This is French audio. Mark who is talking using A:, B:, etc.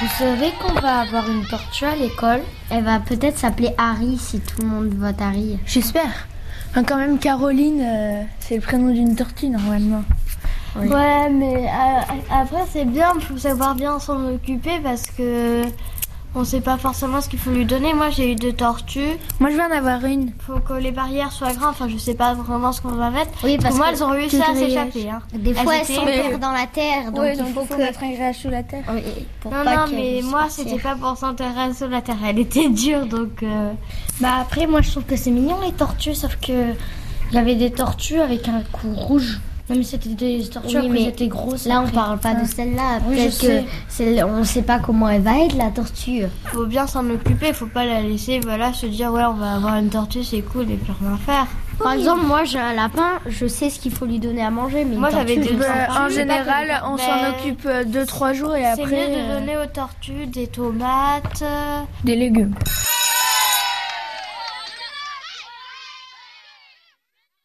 A: Vous savez qu'on va avoir une tortue à l'école Elle va peut-être s'appeler Harry si tout le monde vote Harry.
B: J'espère. Enfin, quand même, Caroline, euh, c'est le prénom d'une tortue normalement. Oui.
C: Ouais, mais euh, après, c'est bien, il faut savoir bien s'en occuper parce que on sait pas forcément ce qu'il faut lui donner. Moi, j'ai eu deux tortues.
B: Moi, je vais en avoir une.
C: Faut que les barrières soient grandes. Enfin, je sais pas vraiment ce qu'on va mettre.
A: Oui, parce
C: Pour moi,
A: que
C: elles ont réussi
B: tout
C: à
B: grillage.
C: s'échapper. hein.
A: Des fois, elles
C: étaient-
A: s'enterrent dans la terre, donc
B: Ouais,
A: il faut,
B: faut
A: que...
B: mettre un grillage sous la terre.
A: Oui, pour
C: Non,
A: pas
C: non,
A: qu'elles
C: mais
A: puissent
C: moi,
A: partir.
C: c'était pas pour s'intéresser sur la terre. Elle était dure, donc. euh,
A: Bah après, moi je trouve que c'est mignon les tortues, sauf que il y avait des tortues avec un cou rouge. Non mais c'était des tortues,
D: Oui,
A: après,
D: mais
A: c'était grosses.
D: Là, on
A: après.
D: parle pas de celle-là.
A: Oui,
D: Peut-être
A: je sais.
D: que celle- on sait pas comment elle va être, la tortue.
C: faut bien s'en occuper, faut pas la laisser, voilà, se dire ouais on va avoir une tortue, c'est cool et plus rien faire.
D: Par exemple, moi, j'ai un lapin, je sais ce qu'il faut lui donner à manger, mais
C: Moi,
D: une
C: j'avais
D: tortue,
C: des-
D: je-
C: Bah,
B: en
C: tortue,
B: général, on s'en
C: mais-
B: occupe 2-3 jours et
C: C'est
B: après.
C: mieux de
B: euh,
C: donner aux tortues des tomates, euh,
B: Des légumes.